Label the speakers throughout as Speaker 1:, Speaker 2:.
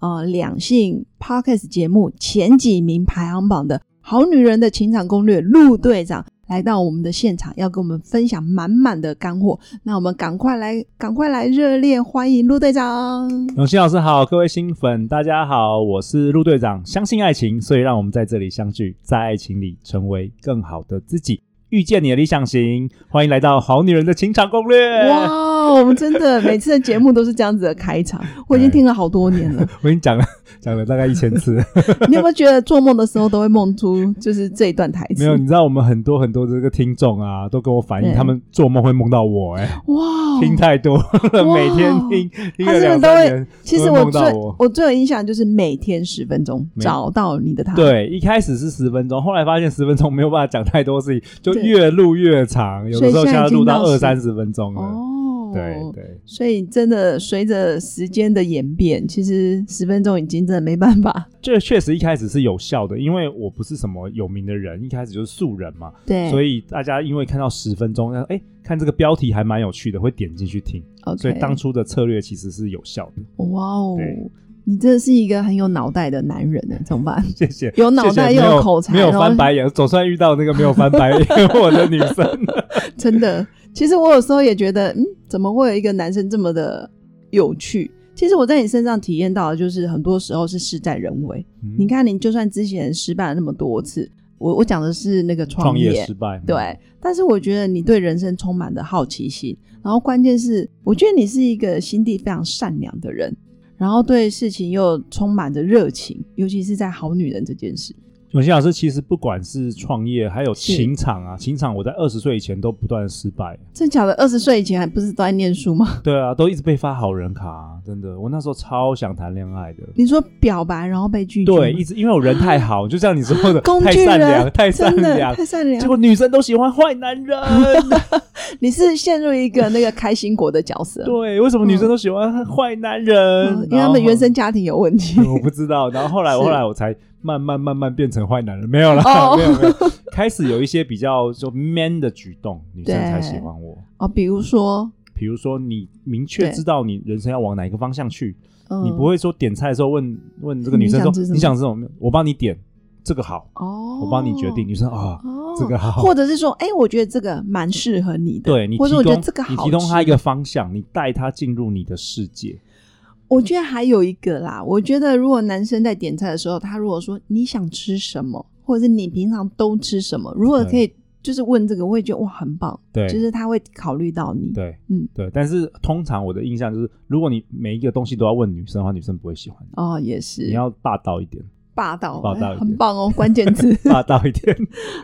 Speaker 1: 呃，两性 Podcast 节目前几名排行榜的好女人的情场攻略陆队长来到我们的现场，要跟我们分享满满的干货。那我们赶快来，赶快来，热烈欢迎陆队 长！
Speaker 2: 永新老师好，各位新粉大家好，我是陆队长。相信爱情，所以让我们在这里相聚，在爱情里成为更好的自己，遇见你的理想型。欢迎来到《好女人的情场攻 略》。
Speaker 1: 哇，我们真的每次的节目都是这样子的开场，我已经听了好多年 了。
Speaker 2: 我已经讲了讲了大概一千次，
Speaker 1: 你有没有觉得做梦的时候都会梦出就是这一段台词？
Speaker 2: 没有？你知道我们很多很多这个听众啊，都跟我反映，
Speaker 1: 对
Speaker 2: 他们做梦会梦到我、哎、
Speaker 1: 哇，
Speaker 2: 听太多了，
Speaker 1: 哇
Speaker 2: 每天听，听
Speaker 1: 哦他
Speaker 2: 了
Speaker 1: 真的
Speaker 2: 两
Speaker 1: 都
Speaker 2: 三
Speaker 1: 会
Speaker 2: 年。，
Speaker 1: 其
Speaker 2: 都
Speaker 1: 实
Speaker 2: 会
Speaker 1: 我
Speaker 2: 梦
Speaker 1: 最
Speaker 2: 到我
Speaker 1: 我最有印象就是每天十分钟
Speaker 2: 没
Speaker 1: 找到你的他。，
Speaker 2: 对，一开始是十分钟，后来发现十分钟没有办法讲太多事情，就
Speaker 1: 对
Speaker 2: 越录越长，有
Speaker 1: 所
Speaker 2: 的
Speaker 1: 以
Speaker 2: 时候
Speaker 1: 现在
Speaker 2: 现在
Speaker 1: 已经
Speaker 2: 录到
Speaker 1: 到
Speaker 2: 二
Speaker 1: 十
Speaker 2: 三十分钟了。
Speaker 1: 哦，
Speaker 2: 对对，
Speaker 1: 所以真的随着时间的演变，其实十分钟已经真的没办法。
Speaker 2: 这确实一开始是有效的，因为我不是什么有名的人，一开始就是素人嘛，
Speaker 1: 对，
Speaker 2: 所
Speaker 1: 以
Speaker 2: 以大家因为看到十分钟，哎，看这个标题还蛮有趣的，会点进去听，所以当初的策略其实是有效的。
Speaker 1: 哇哦
Speaker 2: 对，
Speaker 1: 你真的是一个很有脑袋的男人呢，怎么办？
Speaker 2: 谢谢，
Speaker 1: 有脑袋
Speaker 2: 谢谢
Speaker 1: 又
Speaker 2: 没有
Speaker 1: 口才，哦
Speaker 2: 没有
Speaker 1: 然后
Speaker 2: 翻白眼，总算遇到那个没有翻白眼 我的女生。
Speaker 1: 真的，其实我有时候也觉得，嗯，怎么会有一个男生这么的有趣？其实我在你身上体验到的，就是很多时候是事在人为。
Speaker 2: 嗯
Speaker 1: 你看，你就算之前失败了那么多次，我我讲的是那个
Speaker 2: 创
Speaker 1: 创业，
Speaker 2: 业失败，
Speaker 1: 对。但是我觉得你对人生充满了好奇心，然后关键是，我觉得你是一个心地非常善良的人，然后对事情又充满着热情，尤其是在好女人这件事。
Speaker 2: 永新老师其实不管是创业，还有
Speaker 1: 是
Speaker 2: 情场啊，情场我在二十岁以前都不断地失败，
Speaker 1: 真假的，二十岁以前还不是都在念书吗？
Speaker 2: 对啊，都一直被发好人卡、啊真的，我那时候超想谈恋爱的。
Speaker 1: 你说表白然后被拒绝吗，
Speaker 2: 对，一直因为我人太好，就像你说的，
Speaker 1: 啊工
Speaker 2: 太
Speaker 1: 具
Speaker 2: 善
Speaker 1: 人
Speaker 2: 良，太善
Speaker 1: 真的
Speaker 2: 良，
Speaker 1: 太善良。
Speaker 2: 结果女生都喜欢坏男人。
Speaker 1: 你是陷入一个那个开心果的角色，
Speaker 2: 对，为什么女生都喜欢坏男人？
Speaker 1: 嗯因为他们原 生家庭有问题
Speaker 2: 然。后哎我不知道。然后后来，
Speaker 1: 是
Speaker 2: 后来我才慢慢慢慢变成坏男人，没有啦，
Speaker 1: 哦
Speaker 2: 没有没有，开始有一些比较就 man 的举动，女
Speaker 1: 对
Speaker 2: 生才喜欢我。
Speaker 1: 哦，比如说，
Speaker 2: 比如说，你明确
Speaker 1: 对
Speaker 2: 知道你人生要往哪一个方向去，
Speaker 1: 嗯，
Speaker 2: 你不会说点菜的时候问问这个女生
Speaker 1: 你想
Speaker 2: 说
Speaker 1: 吃什么
Speaker 2: 你想吃什么，我帮你点这个好，
Speaker 1: 哦，
Speaker 2: 我帮你决定。女生啊，
Speaker 1: 哦，
Speaker 2: 这个好，
Speaker 1: 或者是说，哎，我觉得这个蛮适合你的，
Speaker 2: 对你
Speaker 1: 或
Speaker 2: 提
Speaker 1: 者
Speaker 2: 供
Speaker 1: 我觉得这个好，
Speaker 2: 你提供他一。个方向，你带他进入你的世界。
Speaker 1: 我觉得还有一个啦，我觉得如果男生在点菜的时候，他如果说你想吃什么，或者是你平常都吃什么，如果可以就是问这个，我也觉得哇，很棒，
Speaker 2: 对，
Speaker 1: 就是他会考虑到你。
Speaker 2: 对，
Speaker 1: 嗯
Speaker 2: 对。但是通常我的印象就是，如果你每一个东西都要问女生的话，女生不会喜欢你。
Speaker 1: 哦，也是，
Speaker 2: 你要霸道一点，
Speaker 1: 霸道，
Speaker 2: 霸道一点
Speaker 1: 很棒哦，关键字。
Speaker 2: 霸道一点。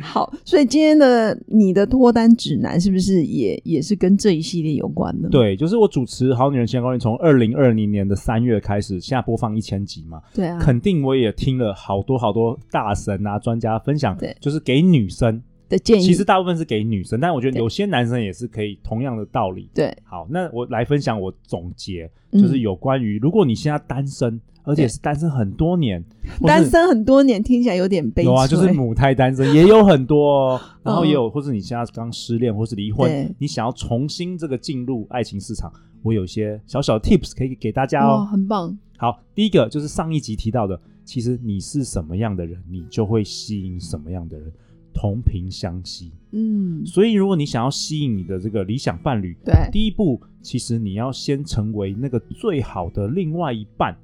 Speaker 1: 好，所以今天的你的脱单指南是不是也也是跟这一系列有关呢？
Speaker 2: 对，就是我主持《好女人情感攻略》，从二零二零年的三月开始，现在播放一千集嘛，
Speaker 1: 对啊，
Speaker 2: 肯定我也听了好多好多大神啊、专家分享
Speaker 1: 对，
Speaker 2: 就是给女生，
Speaker 1: 的建议
Speaker 2: 其实大部分是给女生，但我觉得
Speaker 1: 对
Speaker 2: 有些男生也是可以同样的道理。
Speaker 1: 对，
Speaker 2: 好，那我来分享我总结，
Speaker 1: 嗯
Speaker 2: 就是有关于如果你现在单身，而且
Speaker 1: 对
Speaker 2: 是单身很多年，或是
Speaker 1: 单身很多年听起来有点悲催，嗯
Speaker 2: 有啊，就是母胎单身 也有很多、哦，然后也有，或是你现在刚失恋，或是离婚
Speaker 1: 对，
Speaker 2: 你想要重新这个进入爱情市场，我有一些小小的 tips 可以给大家
Speaker 1: 哇，
Speaker 2: 哦。
Speaker 1: 很棒，
Speaker 2: 好，第一个就是上一集提到的，其实你是什么样的人，你就会吸引什么样的人，同频相吸。
Speaker 1: 嗯，
Speaker 2: 所以，如果你想要吸引你的这个理想伴侣，
Speaker 1: 对，
Speaker 2: 第一步其实你要先成为那个最好的另外一半，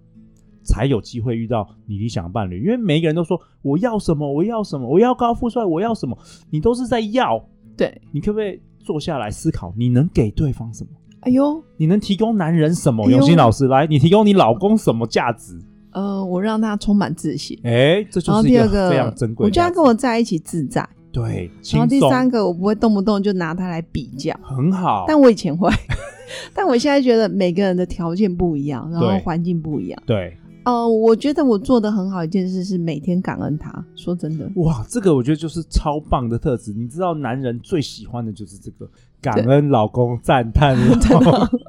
Speaker 2: 才有机会遇到你理想的伴侣。因为每一个人都说我要什么，我要什么，我要高富帅，我要什么，你都是在要。
Speaker 1: 对，
Speaker 2: 你可不可以坐下来思考，你能给对方什么？
Speaker 1: 哎呦，
Speaker 2: 你能提供男人什么？
Speaker 1: 哎呦
Speaker 2: 永新老师来，你提供你老公什么价值？
Speaker 1: 呃，我让他充满自信。
Speaker 2: 哎，这
Speaker 1: 然
Speaker 2: 就
Speaker 1: 后
Speaker 2: 是一
Speaker 1: 第二
Speaker 2: 个
Speaker 1: 个，
Speaker 2: 非常珍贵
Speaker 1: 我
Speaker 2: 的
Speaker 1: 觉
Speaker 2: 价
Speaker 1: 得
Speaker 2: 值。
Speaker 1: 他跟我在一起自在。
Speaker 2: 对，轻
Speaker 1: 然后
Speaker 2: 松
Speaker 1: 第三个，我不会动不动就拿他来比较，
Speaker 2: 很好，
Speaker 1: 但我以 前会，但我现在觉得每个人的条件不一样，然后
Speaker 2: 对
Speaker 1: 环境不一样，
Speaker 2: 对
Speaker 1: 呃，我觉得我做的很好一件事是每天感恩他。说真的，
Speaker 2: 哇，这个我觉得就是超棒的特质。你知道，男人最喜欢的就是这个感恩老公、赞叹老 公。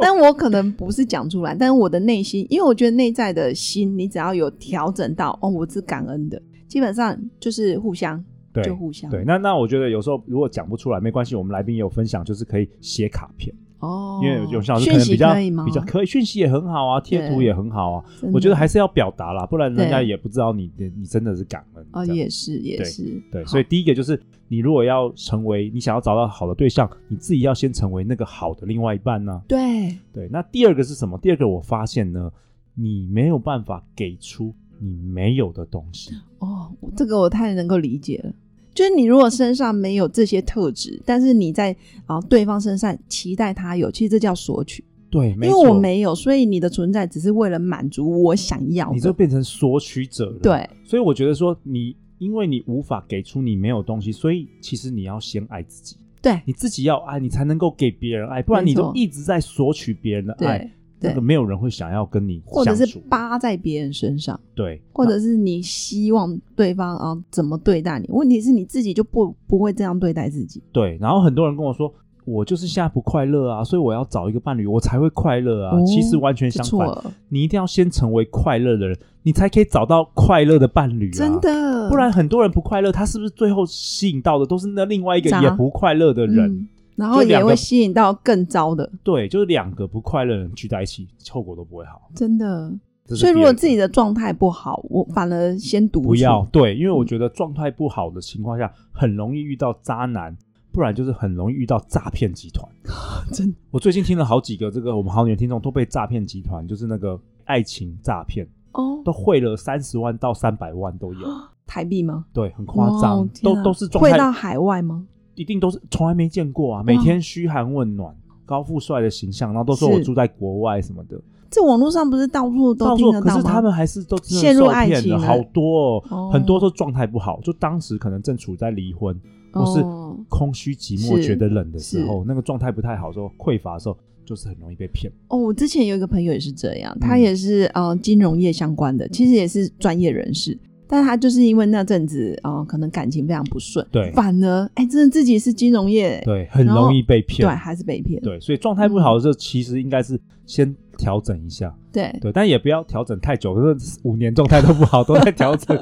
Speaker 1: 但我可能不是讲出来，但是我的内心，因为我觉得内在的心，你只要有调整到哦，我是感恩的，基本上就是互相
Speaker 2: 对
Speaker 1: 就互相
Speaker 2: 对，那那我觉得有时候如果讲不出来没关系，我们来宾也有分享，就是可以写卡片，
Speaker 1: 哦，
Speaker 2: 因为有些老师可
Speaker 1: 讯
Speaker 2: 能
Speaker 1: 息
Speaker 2: 比较
Speaker 1: 可以吗？
Speaker 2: 比较可以，讯息也很好啊，贴图
Speaker 1: 对
Speaker 2: 也很好啊。
Speaker 1: 真的
Speaker 2: 我觉得还是要表达啦，不然人家
Speaker 1: 对
Speaker 2: 也不知道你你你真的是感恩。
Speaker 1: 哦，
Speaker 2: 这样
Speaker 1: 也是也
Speaker 2: 对
Speaker 1: 是，
Speaker 2: 对，所以第一个就是，你如果要成为你想要找到好的对象，你自己要先成为那个好的另外一半呢、
Speaker 1: 对
Speaker 2: 对，那第二个是什么？第二个我发现呢，你没有办法给出你没有的东西。
Speaker 1: 哦，我这个我太能够理解了。就是你如果身上没有这些特质，但是你在啊对方身上期待他有，其实这叫索取。
Speaker 2: 对，没
Speaker 1: 因为
Speaker 2: 错，
Speaker 1: 我没有，所以你的存在只是为了满足我想要的。
Speaker 2: 你就变成索取者了。，
Speaker 1: 对
Speaker 2: 所以我觉得说你，因为你无法给出你没有东西，所以其实你要先爱自己，
Speaker 1: 对
Speaker 2: 你自己要爱，你才能够给别人爱，不然
Speaker 1: 没
Speaker 2: 你就
Speaker 1: 错
Speaker 2: 一直在索取别人的爱，
Speaker 1: 对
Speaker 2: 那个
Speaker 1: 对，
Speaker 2: 没有人会想要跟你
Speaker 1: 或者
Speaker 2: 相
Speaker 1: 是
Speaker 2: 处。
Speaker 1: 扒在别人身上，
Speaker 2: 对，
Speaker 1: 或者是你希望对方啊怎么对待你。问题是你自己就不不会这样对待自己。
Speaker 2: 对，然后很多人跟我说，我就是现在不快乐啊，所以我要找一个伴侣，我才会快乐啊。
Speaker 1: 哦
Speaker 2: 其实完全相
Speaker 1: 错
Speaker 2: 反，
Speaker 1: 了，
Speaker 2: 你一定要先成为快乐的人，你才可以找到快乐的伴侣、啊。
Speaker 1: 真，的，
Speaker 2: 不然很多人不快乐，他是不是最后吸引到的都是那另外一个
Speaker 1: 渣
Speaker 2: 也不快乐的人？
Speaker 1: 嗯然后
Speaker 2: 就两
Speaker 1: 也
Speaker 2: 个
Speaker 1: 会吸引到更糟的，
Speaker 2: 对，就是两个不快乐的人聚在一起，后果都不会好。
Speaker 1: 真的。
Speaker 2: 这是
Speaker 1: 所以
Speaker 2: 第
Speaker 1: 如果
Speaker 2: 二个
Speaker 1: 自己的状态不好，我反而先独处。
Speaker 2: 不要对，因为
Speaker 1: 嗯
Speaker 2: 我觉得状态不好的情况下，很容易遇到渣男，不然就是很容易遇到诈骗集团。
Speaker 1: 真，
Speaker 2: 我最近听了好几个这个我们好女人听众都被诈骗集团，就是那个爱情诈骗，
Speaker 1: 哦，
Speaker 2: 都汇了三十万到三百万都有，
Speaker 1: 台币吗？
Speaker 2: 对，很夸张
Speaker 1: 哇，哦天
Speaker 2: 都
Speaker 1: 啊
Speaker 2: 都是状
Speaker 1: 会到
Speaker 2: 态，
Speaker 1: 海外吗？
Speaker 2: 一定都是从来没见
Speaker 1: 嗯
Speaker 2: 过啊，每天嘘寒问暖。高富帅的形象，然后都说我
Speaker 1: 是
Speaker 2: 住在国外什么的，
Speaker 1: 这网络上不是到处都
Speaker 2: 到
Speaker 1: 听
Speaker 2: 处
Speaker 1: 得
Speaker 2: 可
Speaker 1: 到
Speaker 2: 是
Speaker 1: 吗？
Speaker 2: 他们还是都真的
Speaker 1: 陷入
Speaker 2: 受
Speaker 1: 爱
Speaker 2: 骗
Speaker 1: 情
Speaker 2: 的
Speaker 1: 了
Speaker 2: 好多、哦，
Speaker 1: 哦
Speaker 2: 很多都状态不好，就当时可能正处在离婚，或是
Speaker 1: 哦
Speaker 2: 空虚寂寞、
Speaker 1: 是
Speaker 2: 觉得冷的时
Speaker 1: 是
Speaker 2: 候，那个状态不太好的时候，匮乏的时候，就是很容易被骗。
Speaker 1: 哦，我之前有一个朋友也是这样，他
Speaker 2: 嗯
Speaker 1: 也是呃金融业相关的，其实也是专业人士，但他就是因为那阵子啊、呃可能感情非常不顺，
Speaker 2: 对
Speaker 1: 反而哎，真的自己是金融业，
Speaker 2: 对，很
Speaker 1: 哎然后
Speaker 2: 容易被
Speaker 1: 对，
Speaker 2: 骗。
Speaker 1: 还是被骗，
Speaker 2: 对，所以状态不好的时候，其实应该是先调整一下，
Speaker 1: 对，
Speaker 2: 对，但也不要调整太久，这五年状态都不好，都在 调整，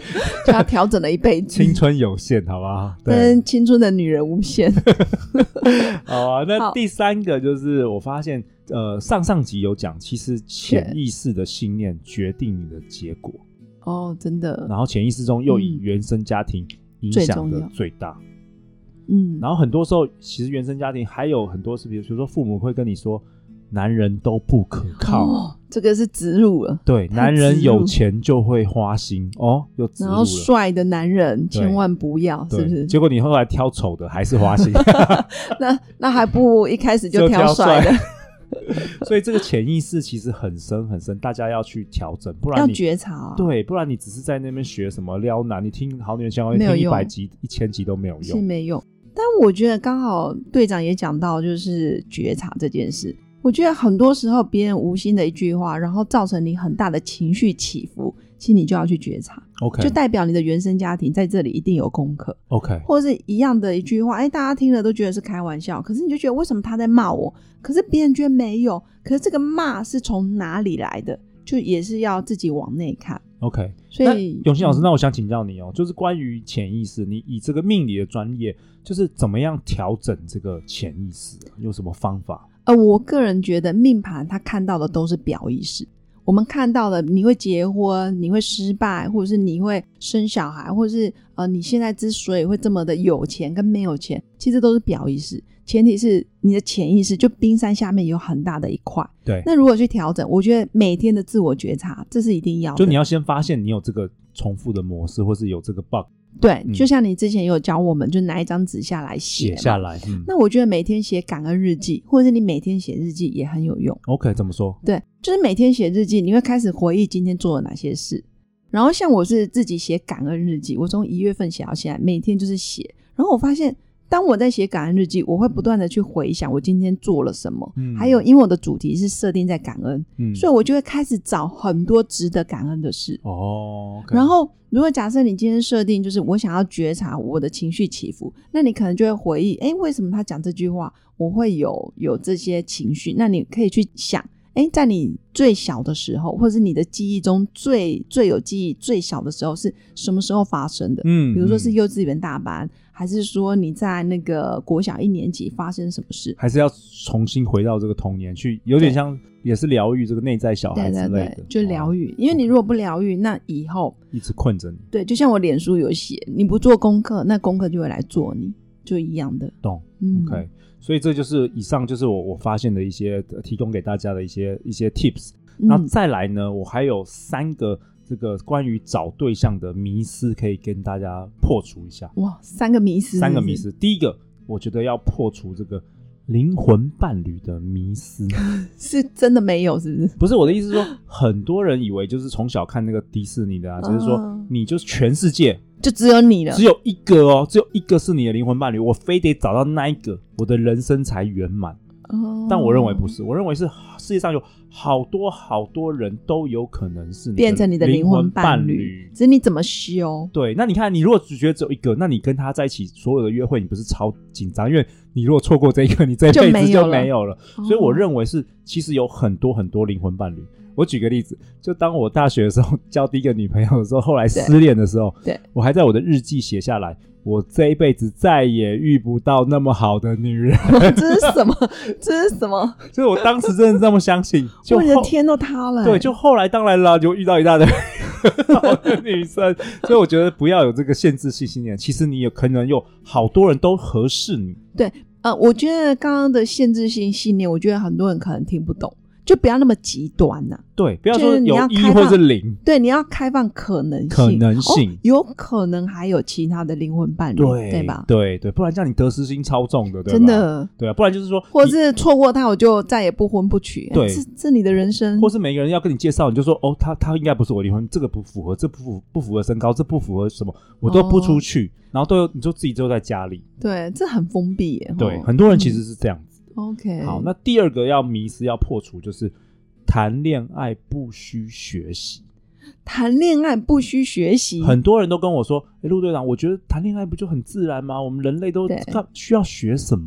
Speaker 1: 就他调整了一辈子，
Speaker 2: 青春有限，好不好？对，
Speaker 1: 跟青春的女人无 限，
Speaker 2: 好啊。那
Speaker 1: 好
Speaker 2: 第三个就是我发现，呃，上上集有讲，其实潜意识的信念决定你的结果，
Speaker 1: 哦，真的，
Speaker 2: 然后潜意识中又以
Speaker 1: 嗯
Speaker 2: 原生家庭影
Speaker 1: 最
Speaker 2: 响
Speaker 1: 重
Speaker 2: 的
Speaker 1: 要
Speaker 2: 最大，
Speaker 1: 嗯，
Speaker 2: 然后很多时候，其实原生家庭还有很多是，比如说父母会跟你说，男人都不可靠，
Speaker 1: 哦，这个是植入了。
Speaker 2: 对，
Speaker 1: 太
Speaker 2: 男
Speaker 1: 植
Speaker 2: 人
Speaker 1: 入
Speaker 2: 有钱就会花心哦，又植
Speaker 1: 然
Speaker 2: 入
Speaker 1: 后
Speaker 2: 了。
Speaker 1: 帅的男人
Speaker 2: 对
Speaker 1: 千万不要，
Speaker 2: 对
Speaker 1: 是不是？
Speaker 2: 结果你后来挑丑的还是花心，
Speaker 1: 那那还不如一开始就
Speaker 2: 就
Speaker 1: 挑
Speaker 2: 挑
Speaker 1: 帅的，
Speaker 2: 所以这个潜意识其实很深很深，大家要去调整，不然
Speaker 1: 要
Speaker 2: 你
Speaker 1: 觉察啊。
Speaker 2: 对，不然你只是在那边学什么撩男，你听好女人相关
Speaker 1: 没有
Speaker 2: 听一
Speaker 1: 用
Speaker 2: 百集、一千集都没有
Speaker 1: 是
Speaker 2: 用。
Speaker 1: 没用。但我觉得刚好队长也讲到，就是觉察这件事。我觉得很多时候别人无心的一句话，然后造成你很大的情绪起伏，其实你就要去觉察，
Speaker 2: OK
Speaker 1: 就代表你的原生家庭在这里一定有功课，
Speaker 2: OK，
Speaker 1: 或者是一样的一句话，哎，大家听了都觉得是开玩笑，可是你就觉得为什么他在骂我？可是别人觉得没有，可是这个骂是从哪里来的？就也是要自己往内看。
Speaker 2: OK，
Speaker 1: 所
Speaker 2: 那
Speaker 1: 以
Speaker 2: 永新老师，
Speaker 1: 嗯
Speaker 2: 那我想请教你哦，就是关于潜意识，你以这个命理的专业，就是怎么样调整这个潜意识啊，有什么方法？
Speaker 1: 呃，我个人觉得命盘他看到的都是表意识，我们看到的你会结婚，你会失败，或者是你会生小孩，或者是呃你现在之所以会这么的有钱跟没有钱，其实都是表意识。前提是你的潜意识，就冰山下面有很大的一块。
Speaker 2: 对，
Speaker 1: 那如果去调整，我觉得每天的自我觉察，这是一定要的。
Speaker 2: 就你要先发现你有这个重复的模式，或是有这个 bug
Speaker 1: 对，
Speaker 2: 嗯
Speaker 1: 就像你之前有教我们，就拿一张纸下来写
Speaker 2: 写
Speaker 1: 嘛
Speaker 2: 下。来。嗯
Speaker 1: 那我觉得每天写感恩日记，或者是你每天写日记也很有用。
Speaker 2: ，OK，怎么说？
Speaker 1: 对，就是每天写日记，你会开始回忆今天做了哪些事。然后像我是自己写感恩日记，我从一月份写到现在，每天就是写。然后我发现当我在写感恩日记，我会不断的去回想我今天做了什么，
Speaker 2: 嗯
Speaker 1: 还有因为我的主题是设定在感恩，
Speaker 2: 嗯，
Speaker 1: 所以我就会开始找很多值得感恩的事。
Speaker 2: 哦，OK，
Speaker 1: 然后，如果假设你今天设定就是我想要觉察我的情绪起伏，那你可能就会回忆，哎，为什么他讲这句话，我会有有这些情绪？那你可以去想，哎，在你最小的时候，或者是你的记忆中最最有记忆、最小的时候是什么时候发生的？
Speaker 2: 嗯，
Speaker 1: 比如说是
Speaker 2: 嗯
Speaker 1: 幼稚园大班，还是说你在那个国小一年级发生什么事？
Speaker 2: 还是要重新回到这个童年去，有点
Speaker 1: 对
Speaker 2: 像也是疗愈这个内在小
Speaker 1: 对
Speaker 2: 哦孩
Speaker 1: 对
Speaker 2: 之类
Speaker 1: 对
Speaker 2: 的，，
Speaker 1: 就疗
Speaker 2: 愈，
Speaker 1: 愈。因为你如果不疗愈，那以后
Speaker 2: 一直困着你，
Speaker 1: 对，就像我脸书有写，你不做功课，那功课就会来做你，就一样的。
Speaker 2: 懂
Speaker 1: 嗯
Speaker 2: ？OK，所以这就是以上就是我我发现的一些呃提供给大家的一些一些 tips。那
Speaker 1: 嗯，
Speaker 2: 再来呢，我还有三个这个关于找对象的迷思可以跟大家破除一下。
Speaker 1: 哇，三个迷思，
Speaker 2: 三个迷
Speaker 1: 是
Speaker 2: 思，第一个我觉得要破除这个灵魂伴侣的 迷思。
Speaker 1: 不是是真的没有，是不是？
Speaker 2: 不是我的意思是说，很多人以为就是从小看那个迪士尼的啊，就是说
Speaker 1: 嗯啊
Speaker 2: 你就是全世界
Speaker 1: 就只有你了
Speaker 2: 只。有一个哦，只有一个是你的灵魂伴侣，我非得找到那一个，我的人生才圆满。
Speaker 1: 哦
Speaker 2: 但我认为不，是，我认为是世界上有好多好多人都有可能是你
Speaker 1: 变成你的
Speaker 2: 灵
Speaker 1: 灵魂
Speaker 2: 伴
Speaker 1: 伴侣，只是你怎么修。
Speaker 2: 对，那你看，你如果只觉得只有一个，那你跟他在一起所有的约会，你不是超紧张？因为你如果错过这一个，你这一
Speaker 1: 就
Speaker 2: 辈
Speaker 1: 没
Speaker 2: 子
Speaker 1: 有
Speaker 2: 就
Speaker 1: 了
Speaker 2: 没有了。所以我
Speaker 1: 哦
Speaker 2: 认为是，其实有很多很多灵魂伴侣。我举个例子，就当我大学的时候 交第一个女朋友的时候，后来失恋的时候，
Speaker 1: 对
Speaker 2: 我还在我的日记写下来，我这一辈子再也遇不到那么好的女人。
Speaker 1: 哦这是什么？ 这是什么？
Speaker 2: 所以我当时真的这么相信。就
Speaker 1: 我的
Speaker 2: 后
Speaker 1: 天都塌了欸、
Speaker 2: 对，就后来当然了，就遇到一大堆 好的女生，所以我觉得不要有这个限制性信念。其实你有可能有好多人都合适你，
Speaker 1: 呃，我觉得刚刚的限制性信念，我觉得很多人可能听不懂，就不要那么极端呐、
Speaker 2: 对，不要说
Speaker 1: 就是你
Speaker 2: 有
Speaker 1: 要
Speaker 2: 一
Speaker 1: 开
Speaker 2: 或
Speaker 1: 放
Speaker 2: 是零，
Speaker 1: 对，你要开放可能性，
Speaker 2: 可能性
Speaker 1: 哦有可能还有其他的灵魂伴侣，
Speaker 2: 对
Speaker 1: 吧？
Speaker 2: 对对，不然这样你得失心超重的，对吧？
Speaker 1: 真，的，
Speaker 2: 对啊，不然就是说
Speaker 1: 或
Speaker 2: 你。
Speaker 1: 是错过他，我就再也不婚不娶。
Speaker 2: 对
Speaker 1: 这这你的人生，
Speaker 2: 或是每个人要跟你介绍，你就说哦，他他应该不是我离婚，这个不符合，这不符不符合身高，这不符合什么，我都不出
Speaker 1: 哦
Speaker 2: 去，然后都有你就自己就在家里，
Speaker 1: 对，这很封闭耶。
Speaker 2: 对，
Speaker 1: 吼
Speaker 2: 很多人其实是这样子。
Speaker 1: OK。
Speaker 2: 好，那第二个要迷思要破除就是谈恋爱不需学习。
Speaker 1: 谈恋爱不需学习，
Speaker 2: 很多人都跟我说：“哎、陆队长，我觉得谈恋爱不就很自然吗？我们人类都
Speaker 1: 对
Speaker 2: 看需要学什么？”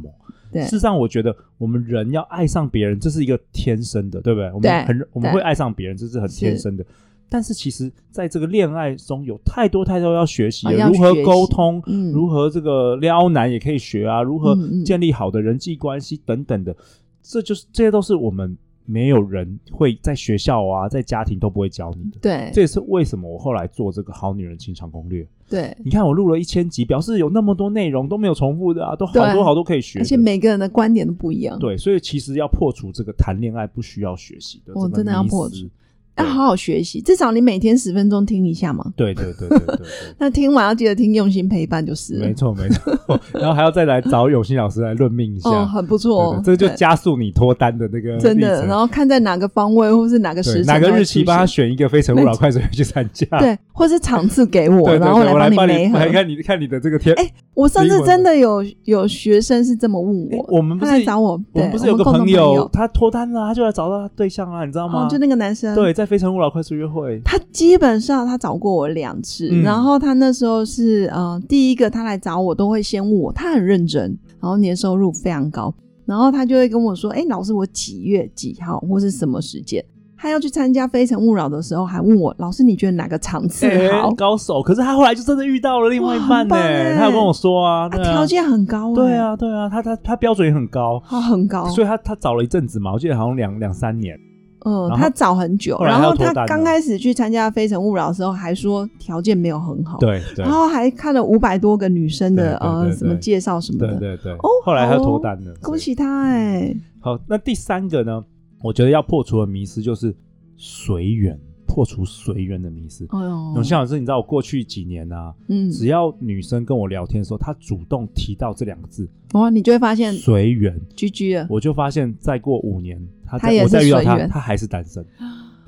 Speaker 1: 对
Speaker 2: 事实上，我觉得我们人要爱上别人，这是一个天生的，对不对？我
Speaker 1: 对
Speaker 2: 们很我们
Speaker 1: 对
Speaker 2: 会爱上别人，这是很天生的。但是其实，在这个恋爱中有太多太多要学习
Speaker 1: 啊
Speaker 2: 了，
Speaker 1: 要
Speaker 2: 如何
Speaker 1: 学习
Speaker 2: 沟通，
Speaker 1: 嗯
Speaker 2: 如何这个撩男也可以学啊，如何
Speaker 1: 嗯嗯
Speaker 2: 建立好的人际关系等等的，这就是这些都是我们没有人会在学校啊，在家庭都不会教你的。
Speaker 1: 对
Speaker 2: 这也是为什么我后来做这个《好女人情场攻略》。
Speaker 1: 对，
Speaker 2: 你看我录了一千集，表示有那么多内容都没有重复的啊，都好
Speaker 1: 对
Speaker 2: 多好多可以学的。
Speaker 1: 而且每个人的观点都不一样，
Speaker 2: 对，所以其实要破除这个谈恋爱不需要学习的，
Speaker 1: 哦真的要破除。要
Speaker 2: 对
Speaker 1: 好好学习，至少你每天十分钟听一下嘛。
Speaker 2: 对对对对对
Speaker 1: 那听完要记得听，用心陪伴 就是
Speaker 2: 对，
Speaker 1: 了。
Speaker 2: 没错没错。 然后还要再来找永新老师来论命一下，
Speaker 1: 哦，很不错
Speaker 2: 对，对这就
Speaker 1: 对
Speaker 2: 加速你脱单的那个
Speaker 1: 真
Speaker 2: 历
Speaker 1: 的。
Speaker 2: 程
Speaker 1: 然后看在哪个方位或是哪个时
Speaker 2: 对
Speaker 1: 辰
Speaker 2: 哪个
Speaker 1: 它会
Speaker 2: 日期
Speaker 1: 出
Speaker 2: 帮他
Speaker 1: 现
Speaker 2: 选一个非诚勿扰
Speaker 1: 没
Speaker 2: 快速约去参加。
Speaker 1: 对，或是场次给我，
Speaker 2: 对对
Speaker 1: 然
Speaker 2: 对，
Speaker 1: 后
Speaker 2: 我来
Speaker 1: 帮
Speaker 2: 帮
Speaker 1: 媒
Speaker 2: 你，来
Speaker 1: 合。
Speaker 2: 看你看你的这个天。
Speaker 1: 哎我上
Speaker 2: 灵
Speaker 1: 次
Speaker 2: 魂
Speaker 1: 真的有有学生是这么问
Speaker 2: 哎
Speaker 1: 我，
Speaker 2: 我们不
Speaker 1: 他
Speaker 2: 是
Speaker 1: 来找我，
Speaker 2: 我
Speaker 1: 对
Speaker 2: 们不是有个
Speaker 1: 共同
Speaker 2: 朋
Speaker 1: 朋
Speaker 2: 友，他脱单了，他就来找到他对象啊，你知道吗
Speaker 1: 哦，？就那个男生，
Speaker 2: 对，，在非诚勿扰快速约会。
Speaker 1: 他基本上他找过我两次，
Speaker 2: 嗯
Speaker 1: 然后他那时候是呃第一个他来找我都会先问我，他很认真，然后年收入非常高，然后他就会跟我说，哎、老师我几月几号或是什么时间。他要去参加《非诚勿扰》的时候，还问我老师，你觉得哪个场次
Speaker 2: 哎
Speaker 1: 好？
Speaker 2: 高手，可是他后来就真的遇到了另外一
Speaker 1: 哇
Speaker 2: 半
Speaker 1: 很
Speaker 2: 呢、
Speaker 1: 棒哎
Speaker 2: 他有跟我说啊，
Speaker 1: 他
Speaker 2: 对啊
Speaker 1: 条件很高、哎
Speaker 2: 对，啊，对啊，他他他标准也很高，
Speaker 1: 他很高，
Speaker 2: 所以他他找了一阵子嘛，我记得好像两两三年，
Speaker 1: 嗯
Speaker 2: 然，后
Speaker 1: 他找很久，
Speaker 2: 后来
Speaker 1: 然
Speaker 2: 他要
Speaker 1: 后
Speaker 2: 脱
Speaker 1: 他
Speaker 2: 单啊
Speaker 1: 刚
Speaker 2: 了
Speaker 1: 开始去参加《非诚勿扰》的时候，还说条件没有很好，，
Speaker 2: 对对
Speaker 1: 然后还看了五百多个女生的
Speaker 2: 对对
Speaker 1: 呃
Speaker 2: 对
Speaker 1: 什么
Speaker 2: 对
Speaker 1: 介绍什么
Speaker 2: 对
Speaker 1: 的，
Speaker 2: 对对，
Speaker 1: 哦
Speaker 2: 后来他
Speaker 1: 好哦
Speaker 2: 脱单了，
Speaker 1: 恭
Speaker 2: 所以。
Speaker 1: 喜他哎，
Speaker 2: 好，那第三个呢，我觉得要破除的迷思就是随缘，破除随缘的迷思。
Speaker 1: 哎呦
Speaker 2: 永，信老师，你知道我过去几年啊，
Speaker 1: 嗯，
Speaker 2: 只要女生跟我聊天的时候，她主动提到这两个字
Speaker 1: 哇，你就会发现啊
Speaker 2: “随缘”，
Speaker 1: 居居了，
Speaker 2: 我就发现再过五年，她
Speaker 1: 她也
Speaker 2: 再
Speaker 1: 是
Speaker 2: 我再遇到
Speaker 1: 随
Speaker 2: 她，
Speaker 1: 缘哦
Speaker 2: 她还是单身，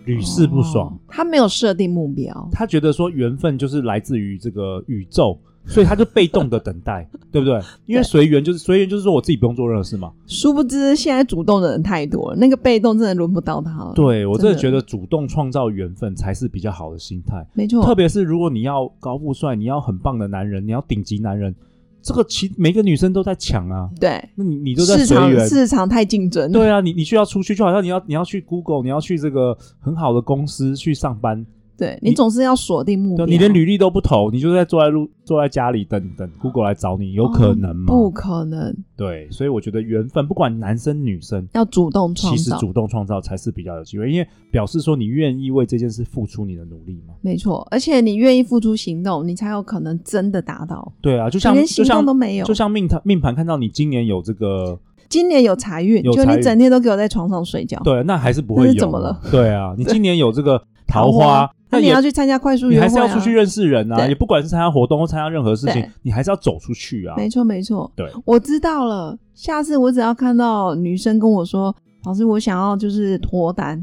Speaker 2: 屡试不爽
Speaker 1: 哦。，他没有设定目标，
Speaker 2: 他觉得说缘分就是来自于这个宇宙，所以他就被动的等待，对不对？因为随缘就是随缘，就是说我自己不用做任何事嘛。
Speaker 1: 殊不知现在主动的人太多了，那个被动真的轮不到他了。，
Speaker 2: 对我真的
Speaker 1: 真
Speaker 2: 觉
Speaker 1: 的
Speaker 2: 得主动创造缘分才是比较好的心态，
Speaker 1: 没错，
Speaker 2: 特别是如果你要高富帅，你要很棒的男人，你要顶级男人，这个其每个女生都在抢啊，
Speaker 1: 对
Speaker 2: 那你你都在
Speaker 1: 市
Speaker 2: 随
Speaker 1: 场
Speaker 2: 缘。
Speaker 1: 市场太竞争，
Speaker 2: 对啊，你你需要出去，就好像你要你要去 Google，你要去这个很好的公司去上班，
Speaker 1: 对你
Speaker 2: 你
Speaker 1: 总是要锁定目标，
Speaker 2: 对，你连履历都不投，你就在坐在路坐在家里等等 Google 来找你，有可能吗？
Speaker 1: 嗯不可能，
Speaker 2: 对，所以我觉得缘分，不管男生女生，
Speaker 1: 要主动创
Speaker 2: 其实
Speaker 1: 造，
Speaker 2: 主动创造才是比较有机会，因为表示说你愿意为这件事付出你的努力嘛。
Speaker 1: 没错，而且你愿意付出行动，你才有可能真的达到。
Speaker 2: 对啊，就
Speaker 1: 你
Speaker 2: 像
Speaker 1: 连行
Speaker 2: 就
Speaker 1: 动都
Speaker 2: 像
Speaker 1: 没有
Speaker 2: 就，像命盘命盘看到你今年有这个，
Speaker 1: 今年有财运，
Speaker 2: 有
Speaker 1: 就
Speaker 2: 财
Speaker 1: 你
Speaker 2: 运
Speaker 1: 整天都给我在床上睡觉，
Speaker 2: 对，那还是不
Speaker 1: 那
Speaker 2: 会
Speaker 1: 是
Speaker 2: 有
Speaker 1: 怎么
Speaker 2: 嘛
Speaker 1: 了？
Speaker 2: 对啊，你今年有这 个
Speaker 1: 桃
Speaker 2: 桃花，
Speaker 1: 那
Speaker 2: 那
Speaker 1: 你
Speaker 2: 也
Speaker 1: 要去参加快速
Speaker 2: 你
Speaker 1: 约会
Speaker 2: 还
Speaker 1: 啊，
Speaker 2: 是要出去认识人啊，
Speaker 1: 对
Speaker 2: 也不管是参加活动或参加任何事
Speaker 1: 对
Speaker 2: 情，你还是要走出去啊。
Speaker 1: 没错，没错，
Speaker 2: 对，
Speaker 1: 我知道了。下次我只要看到女生跟我说：“老师，我想要就是脱单。”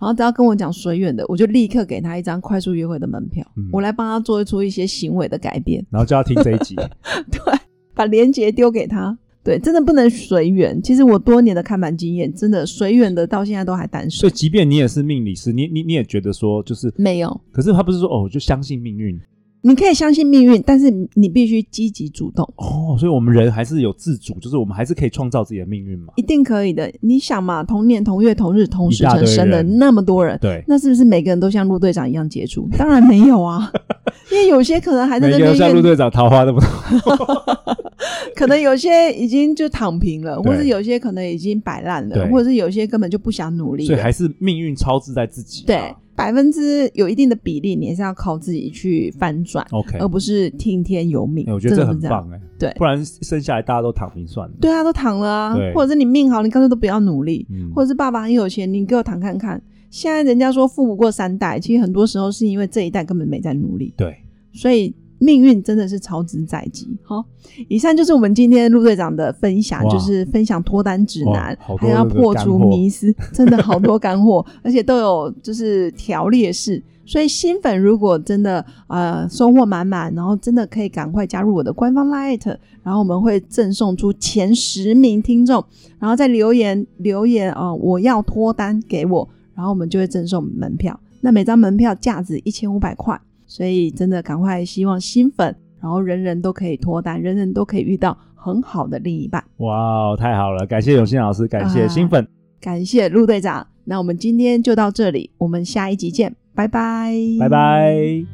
Speaker 1: 然后只要跟我讲随缘的，我就立刻给她一张快速约会的门票，
Speaker 2: 嗯
Speaker 1: 我来帮她做出一些行为的改变，
Speaker 2: 然后就要听这一集，
Speaker 1: 对，把链接丢给她。对，真的不能随缘。其实我多年的看盘经验，真的随缘的到现在都还单身
Speaker 2: 所以，即便你也是命理师，你你你也觉得说就是，
Speaker 1: 没有。
Speaker 2: 可是他不是说哦，我就相信命运
Speaker 1: 你可以相信命运，但是你必须积极主动。
Speaker 2: 哦，所以我们人还是有自主，就是我们还是可以创造自己的命运嘛。
Speaker 1: 一定可以的。你想嘛，同年同月同日同时
Speaker 2: 一大堆
Speaker 1: 辰生的
Speaker 2: 人
Speaker 1: 那么多人，
Speaker 2: 对，
Speaker 1: 那是不是每个人都像陆队长一样杰出？当然没有 啊，因为有些可 能还在
Speaker 2: 每
Speaker 1: 那
Speaker 2: 个人
Speaker 1: 边
Speaker 2: 都像陆
Speaker 1: 怨，
Speaker 2: 队长桃花那么多，
Speaker 1: 可能有些已经就躺平了，
Speaker 2: 对
Speaker 1: 或者有些可能已经摆烂了，
Speaker 2: 对
Speaker 1: 或者是有些根本就不想努力
Speaker 2: 所以
Speaker 1: 了。
Speaker 2: 还是命运超支在自己、啊。
Speaker 1: 对，百分之有一定的比例，你还是要靠自己去翻转，
Speaker 2: ，OK，、
Speaker 1: 而不是听天由命。
Speaker 2: 哎我觉得这
Speaker 1: 哦真的
Speaker 2: 很
Speaker 1: 是样。
Speaker 2: 棒哎、
Speaker 1: 对
Speaker 2: 不然生下来大家都躺平算了。
Speaker 1: 对啊，都躺了啊，
Speaker 2: 对
Speaker 1: 或者是你命好，你干脆都不要努力。
Speaker 2: 嗯，
Speaker 1: 或者是爸爸很有钱，你给我躺看看。现在人家说富不过三代，其实很多时候是因为这一代根本没在努力，
Speaker 2: 对，
Speaker 1: 所以命运真的是操之在即。好，以上就是我们今天陆队长的分享，
Speaker 2: 哇
Speaker 1: 就是分享脱单指南
Speaker 2: 哇，好多
Speaker 1: 还要
Speaker 2: 那个
Speaker 1: 破
Speaker 2: 干
Speaker 1: 除
Speaker 2: 货
Speaker 1: 迷思，真的好多干货， 而且都有就是条列式。所以新粉如果真的呃收获满满，然后真的可以赶快加入我的官方 Lite，然后我们会赠送出前十名听众，然后再留言留言啊、呃我要脱单给我，然后我们就会赠送门票。那每张门票价值一千五百块，所以真的赶快希望新粉，然后人人都可以脱单，人人都可以遇到很好的另一半。
Speaker 2: 哇哦，太好了，感谢永信老师，感
Speaker 1: 啊
Speaker 2: 谢新粉，
Speaker 1: 感谢陆队长，那我们今天就到这里，我们下一集见，拜拜，
Speaker 2: 拜拜。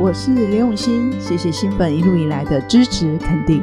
Speaker 1: 我是刘永新，谢谢新粉一路以来的支持肯定。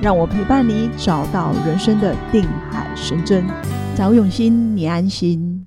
Speaker 1: 让我陪伴你找到人生的定海神针。找永新，你安心。